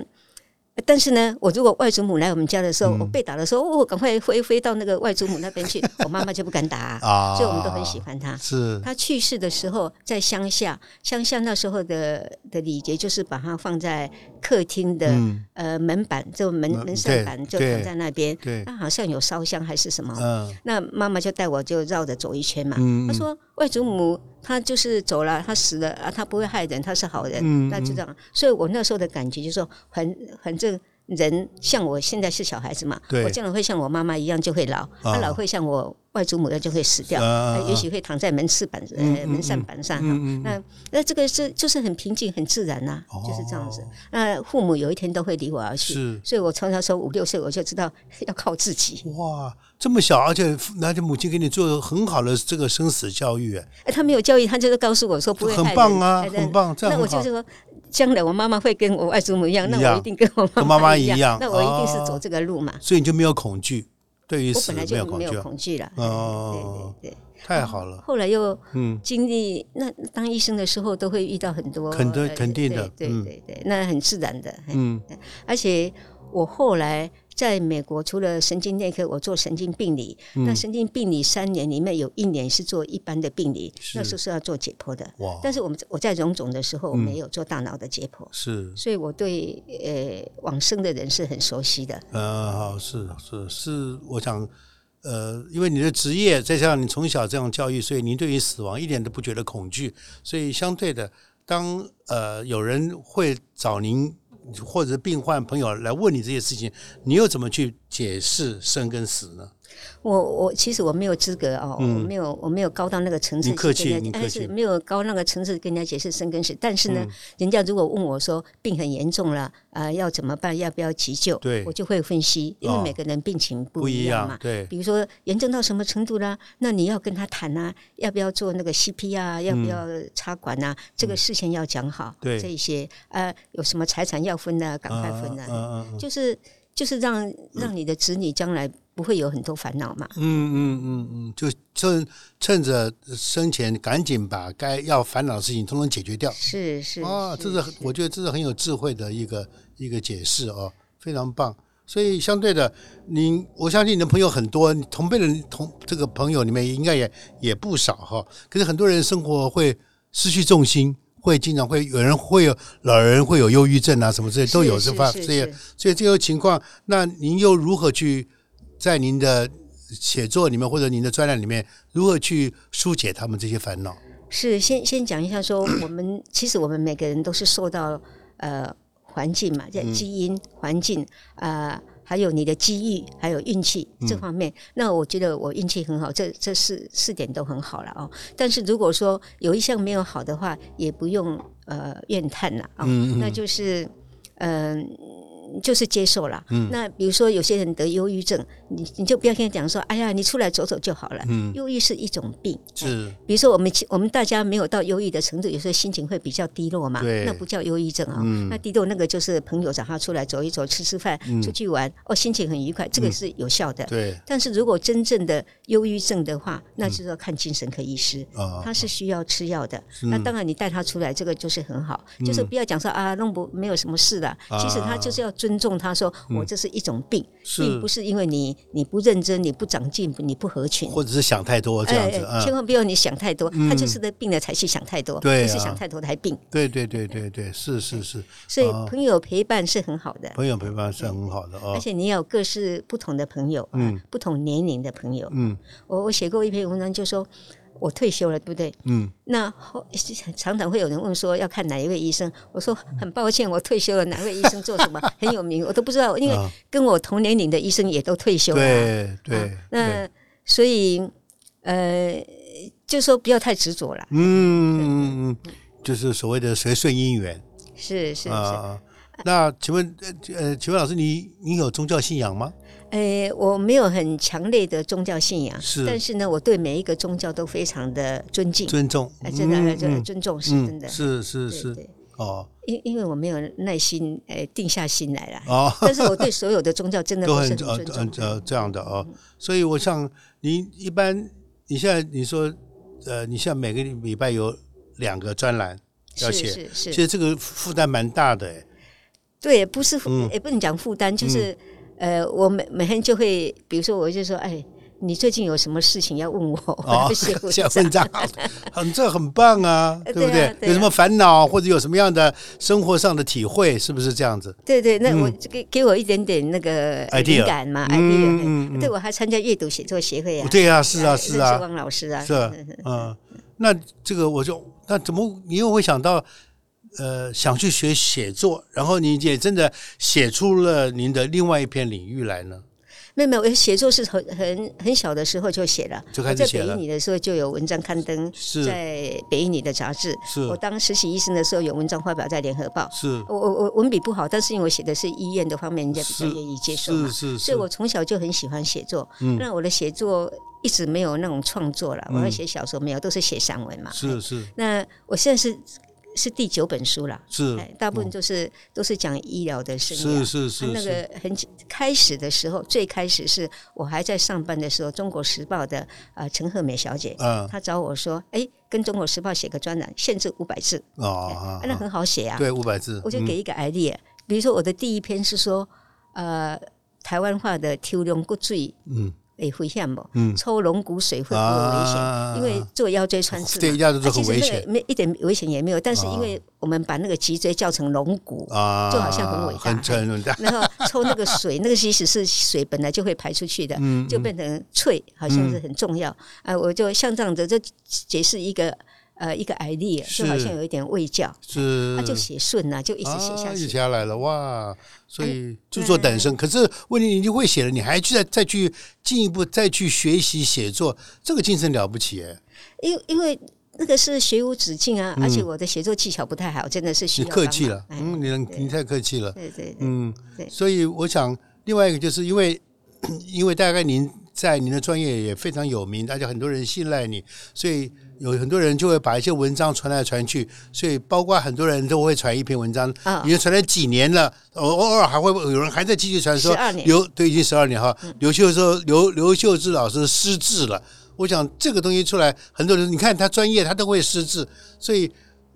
Speaker 2: 呃但是呢，我如果外祖母来我们家的时
Speaker 1: 嗯
Speaker 2: 候，我被打的时候，哦我赶快飞飞到那个外祖母那边去， 我妈妈就不敢打、
Speaker 1: 啊
Speaker 2: 所以我们都很喜欢她。
Speaker 1: 是
Speaker 2: 她去世的时候在乡下，乡下那时候的的礼节就是把她放在客厅的、
Speaker 1: 嗯
Speaker 2: 呃门板，就门
Speaker 1: 门
Speaker 2: 门扇板就
Speaker 1: 对
Speaker 2: 躺在那边，
Speaker 1: 对，
Speaker 2: 那好像有烧香还是什么。
Speaker 1: 嗯
Speaker 2: 那妈妈就带我就绕着走一圈嘛。
Speaker 1: 嗯
Speaker 2: 她说外祖母她就是走了，她死了啊，她不会害人，她是好人，
Speaker 1: 嗯
Speaker 2: 那就这样。所以我那时候的感觉就是说，反反正人像我现在是小孩子嘛，
Speaker 1: 对
Speaker 2: 我将来会像我妈妈一样就会老，她、老会像我外祖母一样就会死掉，
Speaker 1: 啊
Speaker 2: 呃也许会躺在门翅板、
Speaker 1: 嗯
Speaker 2: 呃
Speaker 1: 嗯
Speaker 2: 门扇板上。哈
Speaker 1: 嗯嗯，
Speaker 2: 那那这个是就是很平静很自然呐、就是这样子
Speaker 1: 哦。
Speaker 2: 那父母有一天都会离我而去，
Speaker 1: 是
Speaker 2: 所以我常常说五六岁我就知道要靠自己。
Speaker 1: 哇，这么小，而且父而且母亲给你做很好的这个生死教育，哎
Speaker 2: 哎，他没有教育，他就是告诉我说不会害
Speaker 1: 很
Speaker 2: 人，
Speaker 1: 棒啊，
Speaker 2: 哎
Speaker 1: 很。棒，这
Speaker 2: 那
Speaker 1: 样
Speaker 2: 那我
Speaker 1: 很
Speaker 2: 就
Speaker 1: 好
Speaker 2: 是。说，将来我妈妈会跟我外祖母一样，那
Speaker 1: 一样
Speaker 2: 我一定跟我
Speaker 1: 跟
Speaker 2: 妈
Speaker 1: 妈妈
Speaker 2: 一
Speaker 1: 一样
Speaker 2: 那我一定
Speaker 1: 哦
Speaker 2: 是走这个路嘛。
Speaker 1: 所以你就没有恐惧，对于
Speaker 2: 我
Speaker 1: 死
Speaker 2: 本来
Speaker 1: 没有
Speaker 2: 就
Speaker 1: 恐
Speaker 2: 没
Speaker 1: 惧
Speaker 2: 有
Speaker 1: 啊，
Speaker 2: 恐惧了，
Speaker 1: 哦
Speaker 2: 对对对。
Speaker 1: 太好了，
Speaker 2: 后来又
Speaker 1: 嗯，
Speaker 2: 经历那当医生的时候，都会遇到很多，
Speaker 1: 肯定
Speaker 2: 呃
Speaker 1: 肯定的
Speaker 2: 对
Speaker 1: 嗯
Speaker 2: 对对对，那很自然的。嘿
Speaker 1: 嗯
Speaker 2: 而且我后来在美国，除了神经内科，我做神经病理。
Speaker 1: 嗯
Speaker 2: 那神经病理三年里面有一年是做一般的病理，
Speaker 1: 是
Speaker 2: 那时候是要做解剖的。
Speaker 1: 哇，嗯
Speaker 2: 但是我们我在荣总的时候，我们也有做大脑的解剖，
Speaker 1: 是
Speaker 2: 所以我对呃往生的人是很熟悉的。
Speaker 1: 呃，好，是是是，我想，呃，因为你的职业再加上你从小这样教育，所以您对于死亡一点都不觉得恐惧，所以相对的，当呃有人会找您或者病患朋友来问你这些事情，你又怎么去解释生跟死呢？
Speaker 2: 我我其实我没有资格哦，我没有我没有高到那个层
Speaker 1: 嗯
Speaker 2: 次
Speaker 1: 你客气
Speaker 2: 去跟人
Speaker 1: 你
Speaker 2: 家，
Speaker 1: 客
Speaker 2: 但
Speaker 1: 气嗯
Speaker 2: 是没有高那个层次跟人家解释生跟死。但是呢，人家如果问我说病很严重了啊、呃要怎么办？要不要急救？
Speaker 1: 对
Speaker 2: 我就会分析，因为
Speaker 1: 哦
Speaker 2: 每个人病情
Speaker 1: 不
Speaker 2: 不一样嘛。
Speaker 1: 对，
Speaker 2: 比如说严重到什么程度啦，那你要跟他谈啊，要不要做那个 CP 啊，要不要插管啊，这个事先要讲好。
Speaker 1: 嗯对
Speaker 2: 这一些呃，有什么财产要分的、赶快分的、
Speaker 1: 嗯嗯嗯
Speaker 2: 就是就是让让你的子女将来不会有很多烦恼嘛。
Speaker 1: 嗯嗯嗯嗯，就趁趁着生前赶紧把该要烦恼的事情通通解决掉。
Speaker 2: 是是
Speaker 1: 啊，这是很我觉得这是很有智慧的一个一个解释哦，非常棒。所以相对的，您我相信你的朋友很多，你同辈人同这个朋友里面应该也也不少哈、可是很多人生活会失去重心，会经常会有人会有老人会有忧郁症啊什么之类都有
Speaker 2: 是
Speaker 1: 是吧？
Speaker 2: 是
Speaker 1: 所以
Speaker 2: 是
Speaker 1: 所以这个情况，那您又如何去在您的写作里面或者您的专栏里面如何去疏解他们这些烦恼？
Speaker 2: 是先先讲一下说，我们其实我们每个人都是受到呃环境嘛，在基因、环境啊、呃还有你的机遇，还有运气这方面。那我觉得我运气很好，这这四四点都很好了哦。但是如果说有一项没有好的话，也不用呃怨叹了啊、那就是嗯。就是接受了。那比如说有些人得忧郁症，你你就不要跟他讲说，哎呀，你出来走走就好了。忧郁是一种病，
Speaker 1: 是
Speaker 2: 比如说，我们其我们大家没有到忧郁的程度，有时候心情会比较低落嘛
Speaker 1: 对，嗯
Speaker 2: 那不叫忧郁症啊、那低落那个就是朋友找他出来走一走、吃吃饭、出去玩，哦，心情很愉快，这个是有效的。
Speaker 1: 嗯对嗯
Speaker 2: 但是如果真正的忧郁症的话，那就是要看精神科医师，
Speaker 1: 啊，
Speaker 2: 他是需要吃药的。那当然，你带他出来，这个就是很好，就是不要讲说啊，弄不没有什么事的。
Speaker 1: 嗯啊嗯
Speaker 2: 其实他就是要尊重他说，我这是一种病，
Speaker 1: 是
Speaker 2: 并不是因为你你不认真、你不长进、你不合群。
Speaker 1: 或者是想太多这样子啊。
Speaker 2: 哎千万不要你想太多，他就是那病了才去想太多，
Speaker 1: 对啊
Speaker 2: 不是想太多才病。
Speaker 1: 对对对对对，是是是，
Speaker 2: 所以
Speaker 1: 啊
Speaker 2: 朋友陪伴是很好的，
Speaker 1: 朋友陪伴是很好的
Speaker 2: 而
Speaker 1: 哦。
Speaker 2: 且你要有各式不同的朋友，嗯，不同年龄的朋友。
Speaker 1: 嗯
Speaker 2: 我我写过一篇文章，就说我退休了，对不对？
Speaker 1: 嗯，
Speaker 2: 那后常常会有人问说要看哪一位医生，我说很抱歉，我退休了，哪位医生做什 么很有名，我都不知道，因为
Speaker 1: 啊
Speaker 2: 跟我同年龄的医生也都退休了啊。
Speaker 1: 对对
Speaker 2: 啊，
Speaker 1: 对，
Speaker 2: 那所以呃，就说不要太执着了。
Speaker 1: 嗯嗯嗯，就是所谓的随顺因缘
Speaker 2: 是是是。
Speaker 1: 啊。那请问呃呃，请问老师，你你有宗教信仰吗？
Speaker 2: 诶，我没有很强烈的宗教信仰，
Speaker 1: 是
Speaker 2: 但是呢，我对每一个宗教都非常的尊敬，
Speaker 1: 尊重，
Speaker 2: 哎，真的，哎
Speaker 1: 嗯
Speaker 2: 真的
Speaker 1: 嗯
Speaker 2: 尊重是
Speaker 1: 嗯
Speaker 2: 真的，
Speaker 1: 是是
Speaker 2: 对
Speaker 1: 是
Speaker 2: 对，
Speaker 1: 哦
Speaker 2: 因因为我没有耐心，诶，定下心来 啦。
Speaker 1: 哦，
Speaker 2: 但是我对所有的宗教真的
Speaker 1: 都
Speaker 2: 不
Speaker 1: 很
Speaker 2: 是很
Speaker 1: 呃
Speaker 2: 尊
Speaker 1: 呃
Speaker 2: 重，嗯
Speaker 1: 呃这样的哦。所以我想您一般你现在你说呃，你现在每个礼拜有两个专栏要
Speaker 2: 是
Speaker 1: 写，
Speaker 2: 是
Speaker 1: 其
Speaker 2: 是，
Speaker 1: 实这个负担蛮大的哎。
Speaker 2: 对，不
Speaker 1: 嗯
Speaker 2: 是负，也不能讲负担，就是呃，我每每天就会，比如说，我就说，哎。你最近有什么事情要问我？，
Speaker 1: 哦
Speaker 2: 写 文
Speaker 1: 写
Speaker 2: 章
Speaker 1: 文章，啊 很这很棒啊，对
Speaker 2: 呃
Speaker 1: 不对？
Speaker 2: 对啊对啊
Speaker 1: 有什么烦恼或者有什么样的生活上的体会，是不是这样子？
Speaker 2: 对对，那我给给我一点点那个
Speaker 1: 嗯 Idea
Speaker 2: 灵感嘛
Speaker 1: 嗯嗯嗯
Speaker 2: ，idea。对，我还参加阅读写作协会啊。
Speaker 1: 对呀、是啊，
Speaker 2: 哎
Speaker 1: 是
Speaker 2: 认识
Speaker 1: 啊，
Speaker 2: 汪老师啊，
Speaker 1: 是啊，嗯，那这个我就那怎么你又会想到？呃，想去学写作，然后你也真的写出了您的另外一片领域来呢。
Speaker 2: 没有没有，我写作是很很很小的时候就写了，
Speaker 1: 就开始
Speaker 2: 我在
Speaker 1: 写
Speaker 2: 北
Speaker 1: 了
Speaker 2: 一女的时候就有文章刊登
Speaker 1: 是
Speaker 2: 在北一女的杂志。
Speaker 1: 是
Speaker 2: 我当实习医生的时候有文章发表在联合报。
Speaker 1: 是
Speaker 2: 我我我文笔不好，但是因为我写的是医院的方面，人家比较
Speaker 1: 是
Speaker 2: 愿意接受嘛
Speaker 1: 是。是
Speaker 2: 所
Speaker 1: 是
Speaker 2: 以，我从小就很喜欢写作。
Speaker 1: 嗯
Speaker 2: 那我的写作一直没有那种创作了，我要
Speaker 1: 嗯
Speaker 2: 写小说没有，都是写散文嘛。
Speaker 1: 是是
Speaker 2: 那我现在是是第九本书了，
Speaker 1: 是
Speaker 2: 哎，大部分就是、都是讲医疗的生
Speaker 1: 嗯是是
Speaker 2: 涯。他
Speaker 1: 是
Speaker 2: 啊那
Speaker 1: 是
Speaker 2: 个很开始的时候，最开始是我还在上班的时候，《中国时报的》呃陈鹤美小姐，
Speaker 1: 嗯
Speaker 2: 她找我说：“哎，跟《中国时报》写个专栏，限制五百字，
Speaker 1: 哦啊
Speaker 2: 啊，那很好写啊。
Speaker 1: 对五百字，
Speaker 2: 我就
Speaker 1: 嗯
Speaker 2: 给一个 idea，、比如说我的第一篇是说，呃，台湾话的抽龙骨水
Speaker 1: 嗯
Speaker 2: 会危险不？
Speaker 1: 嗯
Speaker 2: 抽龙骨水会不会危险？
Speaker 1: 啊
Speaker 2: 因为做腰椎穿刺
Speaker 1: 对
Speaker 2: 嘛。
Speaker 1: 压着
Speaker 2: 啊
Speaker 1: 都很危
Speaker 2: 其实那
Speaker 1: 险
Speaker 2: 个没一点危险也没有，但是因为我们把那个脊椎叫成龙骨，
Speaker 1: 啊，
Speaker 2: 就好像很伟大
Speaker 1: 很沉很大，
Speaker 2: 然后抽那个水，那个其实是水本来就会排出去的，
Speaker 1: 嗯
Speaker 2: 就变成脆，好像是很重要。啊，我就像这样子，就解释一个呃一个 idea，
Speaker 1: 是
Speaker 2: 就好像有一点味教，
Speaker 1: 是
Speaker 2: 啊他、就写顺了、就一直写下
Speaker 1: 啊
Speaker 2: 去。嗯
Speaker 1: 写下来了哇！所以著作等身，可是问题你就会写了，你还去再再去进一步再去学习写作，这个精神了不起哎！
Speaker 2: 因因为那个是学无止境啊，而且我的写作技巧不太好，真的是需
Speaker 1: 嗯你
Speaker 2: 要
Speaker 1: 客气了，
Speaker 2: 帮忙哎
Speaker 1: 嗯，你你太客气了，
Speaker 2: 对对对，
Speaker 1: 嗯
Speaker 2: 对，
Speaker 1: 所以我想另外一个就是因为 因为大概您在您的专业也非常有名，大家很多人信赖你，所以有很多人就会把一些文章传来传去，所以包括很多人都会传一篇文章，
Speaker 2: 啊
Speaker 1: 已经传了几年了，偶偶尔还会有人还在继续传说
Speaker 2: 12年
Speaker 1: 刘对已经十二年哈，刘秀说刘刘秀芝老师失智了。我想这个东西出来，很多人你看他专业，他都会失智，所以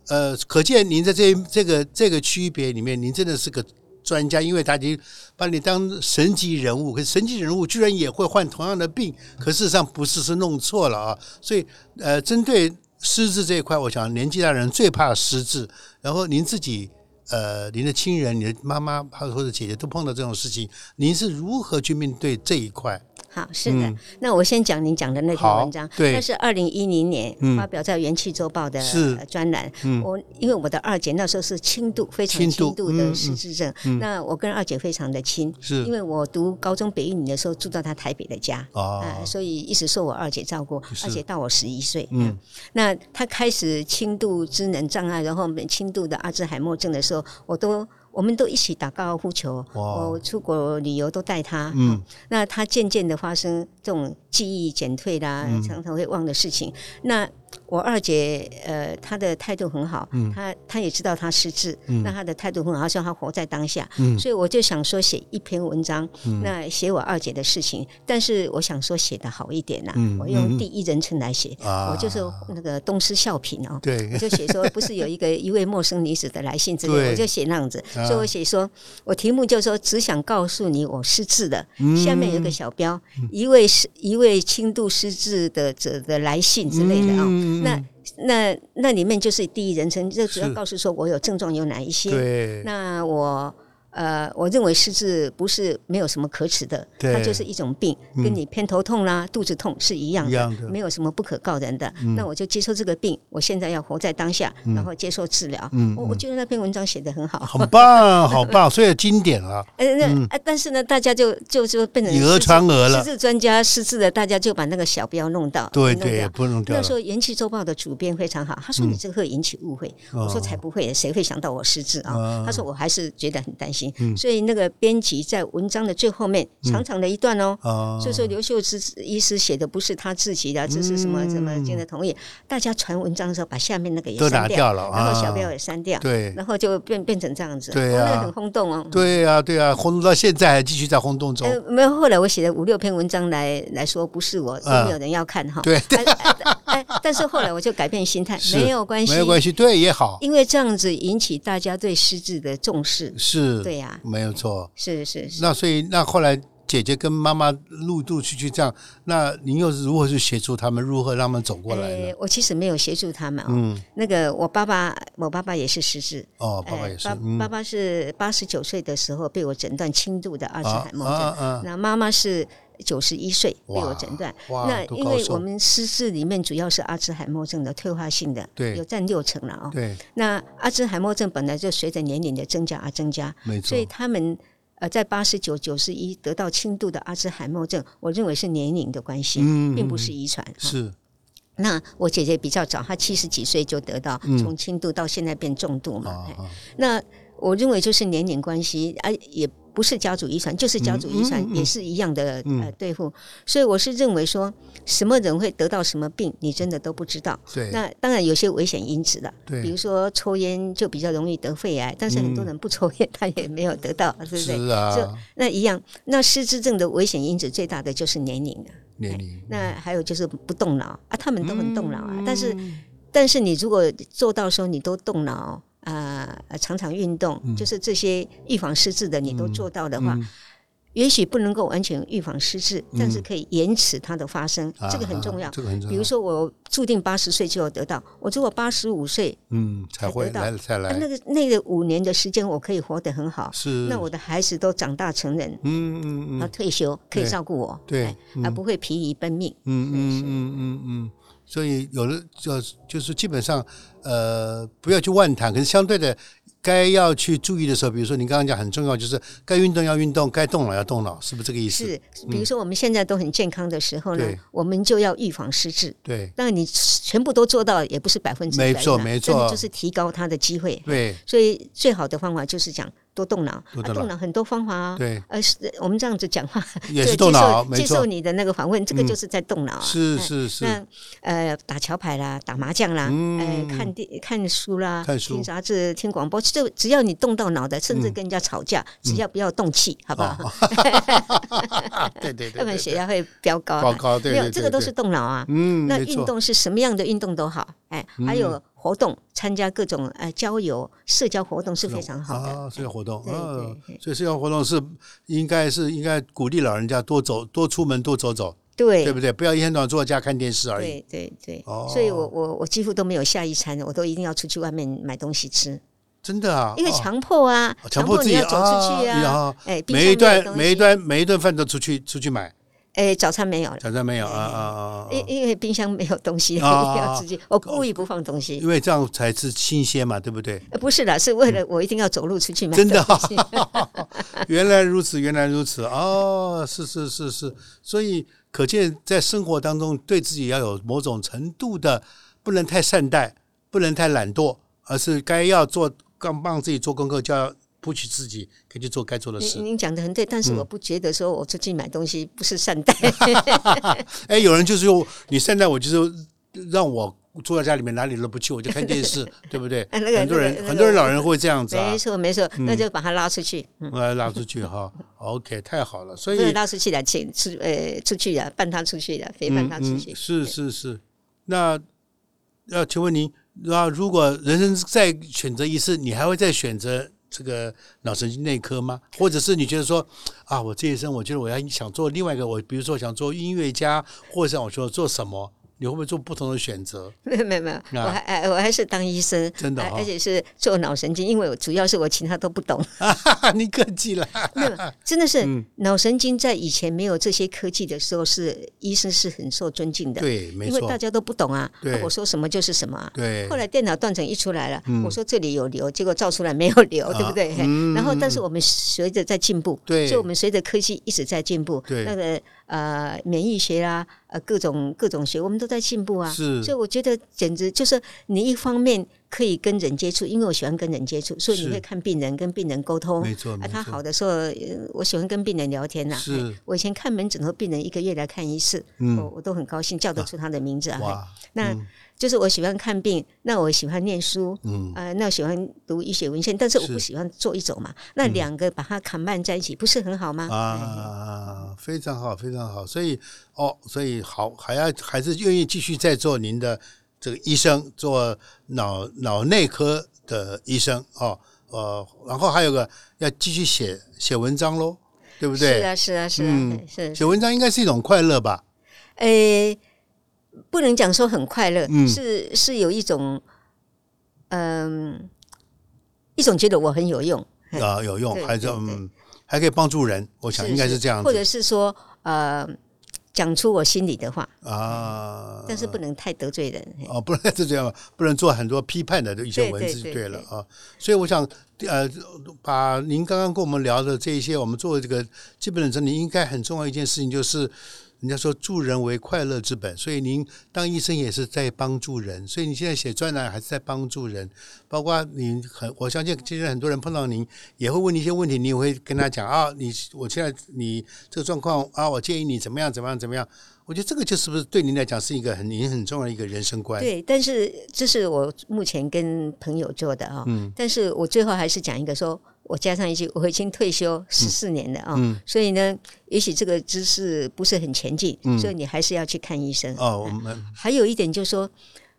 Speaker 1: 呃，可见您在这这个这个区别里面，您真的是个专家，因为他已经把你当神级人物，可是神级人物居然也会患同样的病，可事实上不是，是弄错了啊。所以呃，针对失智这一块，我想年纪大的人最怕失智，然后您自己。呃，您的亲人、你的妈妈或者姐姐都碰到这种事情，您是如何去面对这一块？
Speaker 2: 好，是的。那我先讲您讲的那
Speaker 1: 嗯
Speaker 2: 篇
Speaker 1: 好
Speaker 2: 文章，
Speaker 1: 对
Speaker 2: 那是二零一零年
Speaker 1: 嗯
Speaker 2: 发表在《元气周报》的
Speaker 1: 是嗯
Speaker 2: 呃专栏。我因为我的二姐那时候是轻度，非常
Speaker 1: 轻
Speaker 2: 轻
Speaker 1: 度
Speaker 2: 度
Speaker 1: 嗯
Speaker 2: 的失智症，那我跟二姐非常的亲，
Speaker 1: 是
Speaker 2: 因为我读高中北一女的时候住到她台北的家。啊
Speaker 1: 啊，，
Speaker 2: 所以一直受我二姐照顾，
Speaker 1: 是
Speaker 2: 二姐到我十一岁。啊
Speaker 1: 嗯，
Speaker 2: 那她开始轻度智能障碍，然后轻度的阿兹海默症的时候，我都我们都一起打高尔夫球，
Speaker 1: 哇哦
Speaker 2: 我出国旅游都带她。啊
Speaker 1: 嗯，
Speaker 2: 那她渐渐的发生这种记忆减退啦，
Speaker 1: 嗯
Speaker 2: 常常会忘的事情。那我二姐呃，她的态度很好，
Speaker 1: 嗯
Speaker 2: 她她也知道她失智，那她的态度很好，她说她活在当下，
Speaker 1: 嗯
Speaker 2: 所以我就想说写一篇文章，那写我二姐的事情，但是我想说写的好一点呐、啊
Speaker 1: 嗯
Speaker 2: 我
Speaker 1: 嗯
Speaker 2: 用
Speaker 1: 嗯
Speaker 2: 第一人称来写，
Speaker 1: 啊
Speaker 2: 我就是那个东施效颦哦，我
Speaker 1: 对，
Speaker 2: 就写说，不是有一个一位陌生女子的来信之类，
Speaker 1: 对
Speaker 2: 我就写那样子，
Speaker 1: 啊
Speaker 2: 所以我写说，我题目就说只想告诉你我失智了，
Speaker 1: 嗯
Speaker 2: 下面有一个小标，一位失一位轻度失智的者的来信之类的啊、
Speaker 1: 嗯嗯嗯
Speaker 2: 那那那里面就是第一人称，就主要
Speaker 1: 是
Speaker 2: 告诉说我有症状有哪一些，
Speaker 1: 对，
Speaker 2: 那我。呃，我认为失智不是没有什么可耻的，
Speaker 1: 对嗯
Speaker 2: 它就是一种病，跟你偏头痛啦、肚子痛是一样
Speaker 1: 一
Speaker 2: 的。
Speaker 1: 样的，嗯
Speaker 2: 没有什么不可告人的。那我就接受这个病，我现在要活在当下，然后接受治疗。我我觉得那篇文章写得很好。
Speaker 1: 很棒，嗯好棒，所以经典 了，
Speaker 2: 呃，那、啊，但是呢，大家就就就变成
Speaker 1: 以讹传讹
Speaker 2: 失
Speaker 1: 了，
Speaker 2: 智专家失智的，大家就把那个小标弄到
Speaker 1: 对
Speaker 2: 弄
Speaker 1: 对，啊嗯
Speaker 2: 掉
Speaker 1: 不能掉
Speaker 2: 那时
Speaker 1: 了，
Speaker 2: 候《元气周报》的主编非常好，他说你这个会引起误会，
Speaker 1: 哦
Speaker 2: 我说才不会，谁会想到我失智啊？
Speaker 1: 啊
Speaker 2: 他说我还是觉得很担心，
Speaker 1: 嗯
Speaker 2: 所以那个编辑在文章的最后面长长的一段哦，
Speaker 1: 啊，
Speaker 2: 所以说刘秀芝医师写的不是他自己的，只是什么什么经的同意。大家传文章的时候，把下面那个也
Speaker 1: 嗯都拿
Speaker 2: 删
Speaker 1: 掉了
Speaker 2: 然后
Speaker 1: 啊
Speaker 2: 小标也删掉，
Speaker 1: 对
Speaker 2: 然后就变变成这样子，
Speaker 1: 对啊
Speaker 2: 哦那个很轰动哦。
Speaker 1: 对呀，对呀，轰动到现在还继续在轰动中，
Speaker 2: 呃，没有。后来我写了五六篇文章来来说，不是我，都
Speaker 1: 啊
Speaker 2: 没有人要看哈。
Speaker 1: 对
Speaker 2: 哎。哎，哎但是后来我就改变心态，
Speaker 1: 是
Speaker 2: 没有关系，
Speaker 1: 没有关系，对也好，
Speaker 2: 因为这样子引起大家对失智的重视。
Speaker 1: 是，
Speaker 2: 对呀
Speaker 1: 没有错。
Speaker 2: 是是是，
Speaker 1: 那所以那后来姐姐跟妈妈陆陆续续这样，那您又是如何去协助他们，如何让他们走过来呢？
Speaker 2: 呃我其实没有协助他们哦。那个我爸爸，我爸爸也是失智。
Speaker 1: 哦，爸爸
Speaker 2: 哎
Speaker 1: 也是，
Speaker 2: 爸
Speaker 1: 嗯
Speaker 2: 爸爸是八十九岁的时候被我诊断轻度的阿兹
Speaker 1: 啊
Speaker 2: 海默症，
Speaker 1: 啊
Speaker 2: 那妈妈是九十一岁被
Speaker 1: 哇
Speaker 2: 我诊断。
Speaker 1: 哇
Speaker 2: 那
Speaker 1: 多
Speaker 2: 因
Speaker 1: 高
Speaker 2: 为
Speaker 1: 寿
Speaker 2: 我们失智里面主要是阿兹海默症的退化性的，
Speaker 1: 对
Speaker 2: 有占六成了啊、
Speaker 1: 啊，
Speaker 2: 哦。
Speaker 1: 对，
Speaker 2: 那阿兹海默症本来就随着年龄的增加而增加，
Speaker 1: 没
Speaker 2: 所
Speaker 1: 错
Speaker 2: 以，他们呃在八十九、九十一得到轻度的阿兹海默症，我认为是年龄的关系，
Speaker 1: 嗯
Speaker 2: 并不
Speaker 1: 嗯
Speaker 2: 是遗传。哈
Speaker 1: 是
Speaker 2: 那我姐姐比较早，她七十几岁就得到，从轻度到现在变重度
Speaker 1: 嗯
Speaker 2: 嘛。
Speaker 1: 啊
Speaker 2: 哎
Speaker 1: 啊，
Speaker 2: 那我认为就是年龄关系，啊，也不是家族遗传，就是家族遗传、
Speaker 1: 嗯嗯嗯
Speaker 2: 也是一样的、呃对付。所以我是认为说，什么人会得到什么病，你真的都不知道。
Speaker 1: 对，
Speaker 2: 那当然有些危险因子的，
Speaker 1: 对
Speaker 2: 比如说抽烟就比较容易得肺癌，但是很多人不抽烟，他也没有得到，对不对？
Speaker 1: 是啊
Speaker 2: 就，那一样，那失智症的危险因子最大的就是年龄了。
Speaker 1: 年龄，
Speaker 2: 那还有就是不动脑啊，他们都很动脑啊，但是但是你如果做到说你都动脑啊、呃常常运动，就是这些预防失智的你都做到的话。也许不能够完全预防失智，但是可以延迟它的发生，
Speaker 1: 啊
Speaker 2: 这个很重要
Speaker 1: 啊。这个很重要。
Speaker 2: 比如，说，我注定八十岁就要得到，我如果八十五岁，
Speaker 1: 嗯，才会
Speaker 2: 得到
Speaker 1: 来才
Speaker 2: 啊
Speaker 1: 来，
Speaker 2: 那个那个五年的时间，我可以活得很好。
Speaker 1: 是，
Speaker 2: 那我的孩子都长大成人，
Speaker 1: 嗯，嗯嗯
Speaker 2: 他
Speaker 1: 嗯，
Speaker 2: 退休可以
Speaker 1: 对
Speaker 2: 照顾我，
Speaker 1: 对
Speaker 2: 哎，而不会疲于奔命。
Speaker 1: 嗯嗯嗯嗯嗯，所以有的就就是基本上，呃，不要去妄谈，可是相对的，该要去注意的时候，比如说您刚刚讲很重要，就是该运动要运动，该动脑要动脑，是不是这个意思？
Speaker 2: 是，比如说我们现在都很健康的时候呢
Speaker 1: 对，
Speaker 2: 我们就要预防失智。
Speaker 1: 对
Speaker 2: 但你全部都做到也不是百分之百
Speaker 1: 没
Speaker 2: 啦，
Speaker 1: 错没错
Speaker 2: 但就是提高他的机会。
Speaker 1: 对
Speaker 2: 所以最好的方法就是讲多动脑，
Speaker 1: 多
Speaker 2: 啊
Speaker 1: 动脑
Speaker 2: 动脑很多方法啊。
Speaker 1: 对，
Speaker 2: 呃，是我们这样子讲话，
Speaker 1: 也是
Speaker 2: 对
Speaker 1: 动脑，
Speaker 2: 接受
Speaker 1: 没
Speaker 2: 接受
Speaker 1: 错，嗯
Speaker 2: 你的那个访问，这个就是在动脑啊。
Speaker 1: 是
Speaker 2: 哎
Speaker 1: 是是，
Speaker 2: 那呃，打桥牌啦，打麻将啦，
Speaker 1: 嗯
Speaker 2: 呃，看电看书啦，
Speaker 1: 看书
Speaker 2: 听杂志、听广播，就只要你动到脑袋，甚至跟人家吵
Speaker 1: 嗯
Speaker 2: 架，只要不要动气，好不
Speaker 1: 哦
Speaker 2: 好？
Speaker 1: 啊对对 对
Speaker 2: 要不然
Speaker 1: 对，
Speaker 2: 血压会飙高啊。
Speaker 1: 报告对
Speaker 2: 没有，
Speaker 1: 对
Speaker 2: 这
Speaker 1: 对
Speaker 2: 个都
Speaker 1: 对
Speaker 2: 是动脑啊。
Speaker 1: 嗯，
Speaker 2: 那
Speaker 1: 没
Speaker 2: 运
Speaker 1: 错，嗯
Speaker 2: 动是什么样的运动都好，哎，还有活动，参加各种呃交友、社交活动是非常好的。
Speaker 1: 啊，社交活动，
Speaker 2: 对对
Speaker 1: 嗯
Speaker 2: 对，
Speaker 1: 所以社交活动是应该是应该鼓励老人家多走多出门多走走，
Speaker 2: 对
Speaker 1: 对不对？不要一天到晚坐在家看电视而已。
Speaker 2: 对对对
Speaker 1: 哦，
Speaker 2: 所以我我我几乎都没有下一餐，我都一定要出去外面买东西吃，
Speaker 1: 真的啊，
Speaker 2: 因为
Speaker 1: 哦
Speaker 2: 强迫啊，
Speaker 1: 哦强
Speaker 2: 强
Speaker 1: 迫
Speaker 2: 迫
Speaker 1: 自
Speaker 2: 你
Speaker 1: 己
Speaker 2: 要走出去啊，
Speaker 1: 啊
Speaker 2: 哎，冰箱没
Speaker 1: 每
Speaker 2: 有
Speaker 1: 一段
Speaker 2: 东
Speaker 1: 每一
Speaker 2: 西，
Speaker 1: 段每一顿饭都出去出去买，
Speaker 2: 哎，早餐没有了，
Speaker 1: 早餐没有啊啊啊啊！啊
Speaker 2: 因因为冰箱没有东西，
Speaker 1: 啊
Speaker 2: 要自己，我故意不放东西
Speaker 1: 因，为这样才是新鲜嘛，对不对？
Speaker 2: 呃不是啦，是为了我一定要走路出去买
Speaker 1: 嗯真 的
Speaker 2: 东西
Speaker 1: 原来如此，原来如此哦，是是是是，所以可见在生活当中，对自己要有某种程度的，不能太善待，不能太懒惰，而是该要做，让帮自己做功课，就要 push 自己，可以去做该做的
Speaker 2: 您
Speaker 1: 事。
Speaker 2: 您讲的很对，但
Speaker 1: 嗯
Speaker 2: 是我不觉得说我出去买东西不是善待，
Speaker 1: 哎，有人就是说，你善待我，就是让我坐在家里面哪里都不去，我就看电视，对不对？
Speaker 2: 那个
Speaker 1: 很多人、
Speaker 2: 那个那个
Speaker 1: 很多人老人会这样子啊
Speaker 2: 没，错没错，那就把他拉出去，
Speaker 1: 呃，拉出去哈。OK，太哦好了，所
Speaker 2: 不能
Speaker 1: 以
Speaker 2: 拉出去的，请出呃出去的，伴他出去的，陪
Speaker 1: 嗯
Speaker 2: 伴他出去。
Speaker 1: 是是是，那要请问您，那如果人生再选择一次，你还会再选择这个脑神经内科吗？或者是你觉得说啊，我这一生我觉得我要想做另外一个，我比如说想做音乐家，或者想我说做什么，你会不会做不同的选择？
Speaker 2: 没有没有没有，我还哎我还是当医生，
Speaker 1: 啊真的
Speaker 2: 哎
Speaker 1: 哦
Speaker 2: 而且是做脑神经，因为我主要是我其他都不懂，
Speaker 1: 你客气了，
Speaker 2: 没有，真的
Speaker 1: 嗯
Speaker 2: 是脑神经在以前没有这些科技的时候，是医生是很受尊敬的，
Speaker 1: 对，没
Speaker 2: 因为大
Speaker 1: 错，
Speaker 2: 家都不懂啊，
Speaker 1: 对
Speaker 2: 啊我说什么就是什么啊。
Speaker 1: 对嗯
Speaker 2: 后，来电脑断层一出来了，我说这里有瘤，结果照出来没有瘤，对不对？然后，但是我们随着在进步，
Speaker 1: 啊对
Speaker 2: 所以我们随着科技一直在进步，
Speaker 1: 对
Speaker 2: 那个呃免疫学啦、呃各种各种学，我们都在进步啊。
Speaker 1: 是
Speaker 2: 所以我觉得简直就是你一方面可以跟人接触，因为我喜欢跟人接触，所以
Speaker 1: 是
Speaker 2: 你会看病人，跟病人沟通。
Speaker 1: 没错，
Speaker 2: 啊
Speaker 1: 没，
Speaker 2: 他好
Speaker 1: 错，
Speaker 2: 的时候，呃我喜欢跟病人聊天呐、
Speaker 1: 是嗯
Speaker 2: 哎我以前看门诊和病人一个月来看一次，我我都很高兴，叫得出他的名字啊。哎
Speaker 1: 哇，
Speaker 2: 那就是我喜欢看病，那我喜欢念书，
Speaker 1: 嗯，
Speaker 2: 呃，那我喜欢读医学文献，但是我
Speaker 1: 是嗯
Speaker 2: 不喜欢做一种嘛。那两个把它 combine 在一起，不是很好吗？嗯
Speaker 1: 啊，非常好，非常好。所以哦，所以好，还要还是愿意继续再做您的这个医生，做脑脑内科的医生哦。呃，然后还有个要继续写写文章喽，对不对？
Speaker 2: 是啊，是啊，是啊，
Speaker 1: 嗯
Speaker 2: 是。
Speaker 1: 写文章应该是一种快乐吧？
Speaker 2: 诶、不能讲说很快乐，
Speaker 1: 嗯
Speaker 2: 是是有一种，嗯、一种觉得我很有用，
Speaker 1: 啊，有用，
Speaker 2: 对
Speaker 1: 还是
Speaker 2: 对对
Speaker 1: 嗯，还可以帮助人，我想应该是这样
Speaker 2: 或者
Speaker 1: 子
Speaker 2: 是说，呃，讲出我心里的话，
Speaker 1: 啊。
Speaker 2: 但是不能太得罪人。嘿
Speaker 1: 哦，不能 是这样吧，不能做很多批判的一些
Speaker 2: 对
Speaker 1: 文
Speaker 2: 对
Speaker 1: 字就
Speaker 2: 对
Speaker 1: 对了
Speaker 2: 对
Speaker 1: 啊。所以我想，呃，把您刚刚跟我们聊的这一些，我们作为这个基本的整理，应该很重要一件事情就是。人家说助人为快乐之本，所以您当医生也是在帮助人，所以你现在写专栏还是在帮助人，包括你很，我相信其实很多人碰到您也会问你一些问题，你也会跟他讲啊，你我现在你这个状况啊，我建议你怎么样怎么样怎么样，我觉得这个就是不是对您来讲是一个很您很重要的一个人生观，
Speaker 2: 对，但是这是我目前跟朋友做的啊、
Speaker 1: 嗯
Speaker 2: 但是我最后还是讲一个说，我加上一句，我已经退
Speaker 1: 嗯
Speaker 2: 休十四年了啊、所以呢，也许这个知识不是很前进，所以你还是要去看医生。
Speaker 1: 嗯哦，我们
Speaker 2: 还有一点就是说，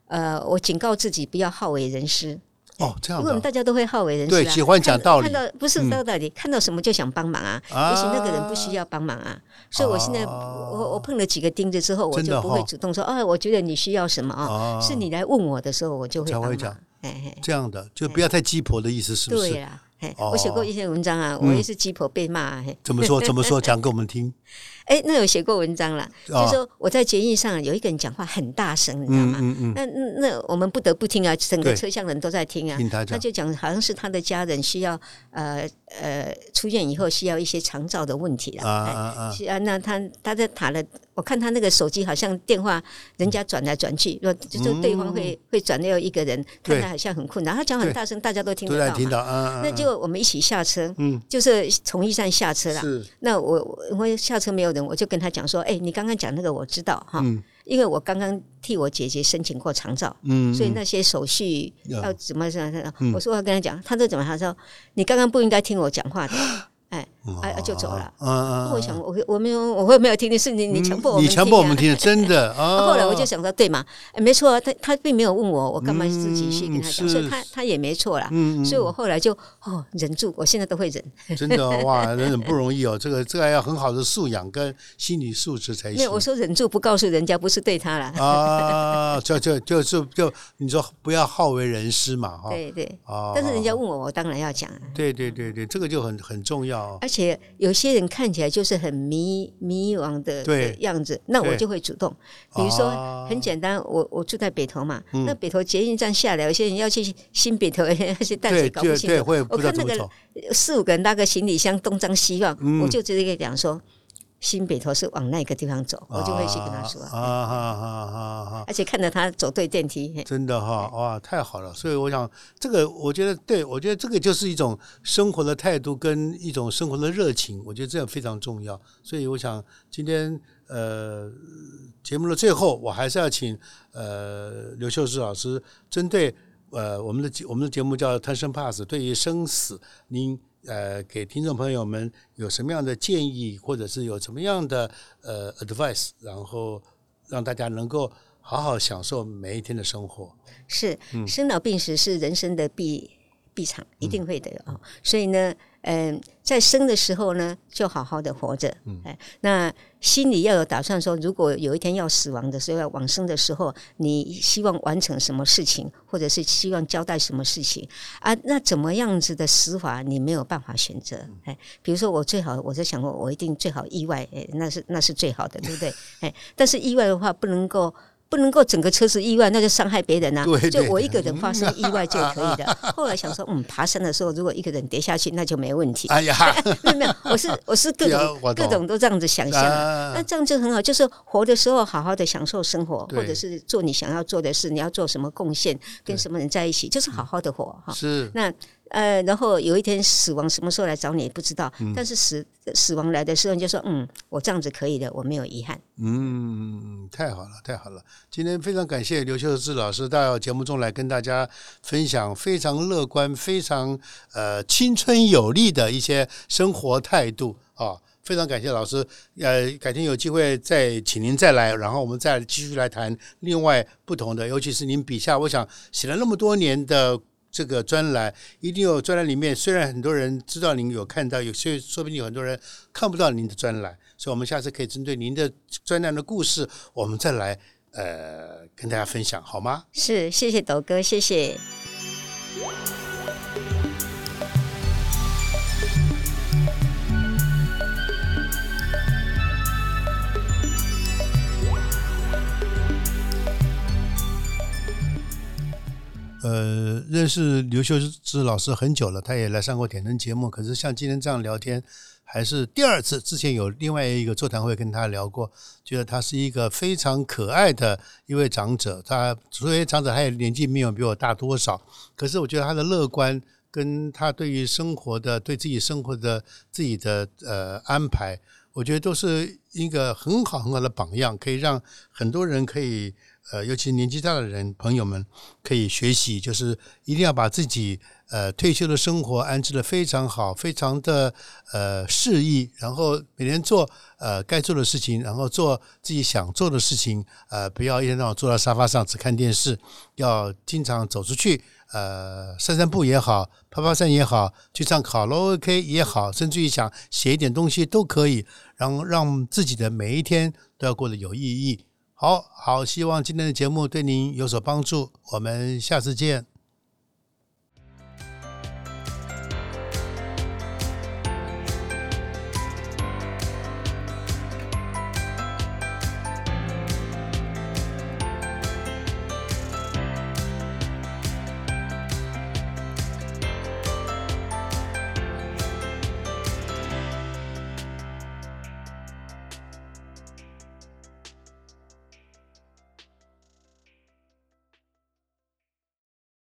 Speaker 2: 呃，我警告自己不要好为人师，
Speaker 1: 哦这
Speaker 2: 因
Speaker 1: 样
Speaker 2: 哎为我们
Speaker 1: 的
Speaker 2: 大家都会好为人师、啊，
Speaker 1: 对喜欢讲道理嗯
Speaker 2: 看到不是道道理，看到什么就想帮忙啊，
Speaker 1: 啊
Speaker 2: 也许那个人不需要帮忙啊，所以我现在我我碰了几个钉子之后，我
Speaker 1: 真的
Speaker 2: 就不会
Speaker 1: 哈
Speaker 2: 主动说，哎，我觉得你需要什么啊，
Speaker 1: 哦
Speaker 2: 是你来问我的时候，我就会
Speaker 1: 才
Speaker 2: 帮
Speaker 1: 会
Speaker 2: 忙
Speaker 1: 讲，
Speaker 2: 哎嘿，
Speaker 1: 这样的，就不要太鸡婆的意思，是不
Speaker 2: 对
Speaker 1: 是？
Speaker 2: 呀。哎，
Speaker 1: 哦嗯
Speaker 2: 我写过一些文章啊，我也是鸡婆被骂、啊。嘿
Speaker 1: 怎么 说？怎么说？讲给我们听。
Speaker 2: 哎、那有写过文章啦，
Speaker 1: 哦
Speaker 2: 就说我在节义上有一个人讲话很大声，你知道
Speaker 1: 嗯
Speaker 2: 吗？
Speaker 1: 嗯嗯，
Speaker 2: 那那那我们不得不听啊，整个
Speaker 1: 对
Speaker 2: 车厢人都在听啊。
Speaker 1: 听他讲
Speaker 2: 就讲好像是他的家人需要呃呃出院以后需要一些长照的问题了。
Speaker 1: 啊啊
Speaker 2: 哎
Speaker 1: 啊！
Speaker 2: 是啊，那他他在打了，我看他那个手机好像电话，人家转来转去，就就对方会、会转到一个人，
Speaker 1: 嗯对
Speaker 2: 看他好像很困难，他讲很大声，大家都听
Speaker 1: 都
Speaker 2: 得
Speaker 1: 在
Speaker 2: 到
Speaker 1: 听
Speaker 2: 嘛。
Speaker 1: 到啊。
Speaker 2: 那就我们一起下车，
Speaker 1: 嗯
Speaker 2: 就是从一站下车啦。
Speaker 1: 是
Speaker 2: 那我我因为下车没有人，我就跟他讲说，哎、你刚刚讲那个我知道哈，
Speaker 1: 嗯
Speaker 2: 因为我刚刚替我姐姐申请过长照，
Speaker 1: 嗯，
Speaker 2: 所以那些手续要怎么怎么怎么，
Speaker 1: 嗯
Speaker 2: 我说我跟他讲，他都怎么，他说你刚刚不应该听我讲 话的，哎，哎、啊就走了。
Speaker 1: 嗯嗯，
Speaker 2: 我想我我没有我会没有听的是你你强迫我们、
Speaker 1: 你强迫我们
Speaker 2: 听啊。
Speaker 1: 听，真 的啊。
Speaker 2: 后来我就想到，对嘛，哎没错啊，他他并没有问我，我干嘛自己去跟他
Speaker 1: 嗯
Speaker 2: 讲，
Speaker 1: 是
Speaker 2: 所以他他也没错啦。
Speaker 1: 嗯，
Speaker 2: 所以我后来就哦忍住，我现在都会忍。
Speaker 1: 真的哇，真的不容易哦。这个这个要很好的素养跟心理素质才
Speaker 2: 没有，我
Speaker 1: 行。
Speaker 2: 说忍住不告诉人家，不是对他
Speaker 1: 哦
Speaker 2: 啦。
Speaker 1: 啊，就就就就就，你说不要好为人师嘛，哈。
Speaker 2: 对对，
Speaker 1: 啊，
Speaker 2: 但是人家问我，我当然要讲啊。
Speaker 1: 对对对对，这个就很很重要。哦
Speaker 2: 而且有些人看起来就是很迷迷惘的
Speaker 1: 对
Speaker 2: 的样子，那我
Speaker 1: 对
Speaker 2: 就会主动。比如说
Speaker 1: 啊，
Speaker 2: 很简单，我我住在北投嘛，
Speaker 1: 嗯
Speaker 2: 那北投捷运站下来，有些人要去新北投，有 些人要去淡水，
Speaker 1: 对
Speaker 2: 搞不
Speaker 1: 对
Speaker 2: 清
Speaker 1: 对，
Speaker 2: 楚。
Speaker 1: 会不
Speaker 2: 我
Speaker 1: 知道
Speaker 2: 看
Speaker 1: 怎么
Speaker 2: 那个
Speaker 1: 走。嗯
Speaker 2: 四五个人拉个行李箱东张西望，我就直接跟他讲说，新北投是往那个地方走，我就会去跟他说。哎
Speaker 1: 啊哈哈哈哈！
Speaker 2: 而且看到他走对电梯，嘿
Speaker 1: 真的哈、哇，太好了！所以我想，这个我觉得，对我觉得这个就是一种生活的态度跟一种生活的热情，我觉得这样非常重要。所以我想今天呃节目的最后，我还是要请呃刘秀芝老师针对呃我们的节我们的节目叫《贪生怕死》，对于生死，您呃给听众朋友们有什么样的建议，或者是有什么样的呃 advice，然后让大家能够好好享受每一天的生活。
Speaker 2: 是
Speaker 1: 嗯
Speaker 2: 生老病死是人生的必必场，一定会的哦。所以呢，嗯、在生的时候呢，就好好的活着。
Speaker 1: 嗯
Speaker 2: 哎，那心里要有打算说，如果有一天要死亡的时候，要往生的时候，你希望完成什么事情，或者是希望交代什么事情啊？那怎么样子的死法，你没有办法选择。
Speaker 1: 嗯
Speaker 2: 哎，比如说我最好，我就想过，我一定最好意外，哎，那是那是最 好的，对不对？哎，但是意外的话，不能够。不能够整个车子意外，那就伤害别人啊！
Speaker 1: 对对
Speaker 2: 就
Speaker 1: 对
Speaker 2: 我一个人发生意外就可以的。后来想说，嗯，爬山的时候如果一个人跌下去，那就没问题。
Speaker 1: 哎 呀，
Speaker 2: 没有没有，我是我是各
Speaker 1: 对啊
Speaker 2: 种
Speaker 1: 我懂
Speaker 2: 各种都这样子想象啊。那
Speaker 1: 啊
Speaker 2: 这样就很好，就是活的时候好好的享受生活，
Speaker 1: 对
Speaker 2: 或者是做你想要做的事，你要做什么贡献，跟什么人在一起，就是好好的
Speaker 1: 嗯
Speaker 2: 活哈。
Speaker 1: 是
Speaker 2: 那呃，然后有一天死亡什么时候来找你也不知道，
Speaker 1: 嗯
Speaker 2: 但是死死亡来的时候，你就说嗯，我这样子可以的，我没有遗憾。
Speaker 1: 嗯，太好了，太好了！今天非常感谢刘秀芝老师到节目中来跟大家分享非常乐观、非常呃青春有力的一些生活态度啊。非常感谢老师，呃，改天有机会再请您再来，然后我们再继续来谈另外不同的，尤其是您笔下，我想写了那么多年的这个专栏，一定有专栏里面，虽然很多人知道您有看到，有些说不定有很多人看不到您的专栏，所以我们下次可以针对您的专栏的故事，我们再来呃跟大家分享，好吗？
Speaker 2: 是，谢谢斗哥，谢谢。
Speaker 1: 呃，认识刘秀芝老师很久了，他也来上过点灯节目。可是像今天这样聊天，还是第二次。之前有另外一个座谈会跟他聊过，觉得他是一个非常可爱的一位长者。他作为长者，他也年纪没有比我大多少，可是我觉得他的乐观跟他对于生活的、对自己生活的自己的呃安排，我觉得都是一个很好很好的榜样，可以让很多人可以。呃，尤其年纪大的人朋友们可以学习，就是一定要把自己呃退休的生活安置的非常好，非常的呃适宜，然后每天做呃该做的事情，然后做自己想做的事情，呃，不要一天到晚坐在沙发上只看电视，要经常走出去，呃，散散步也好，爬爬山也好，去唱卡拉 OK 也好，甚至于想写一点东西都可以，然后让自己的每一天都要过得有意义。好好，希望今天的节目对您有所帮助。我们下次见。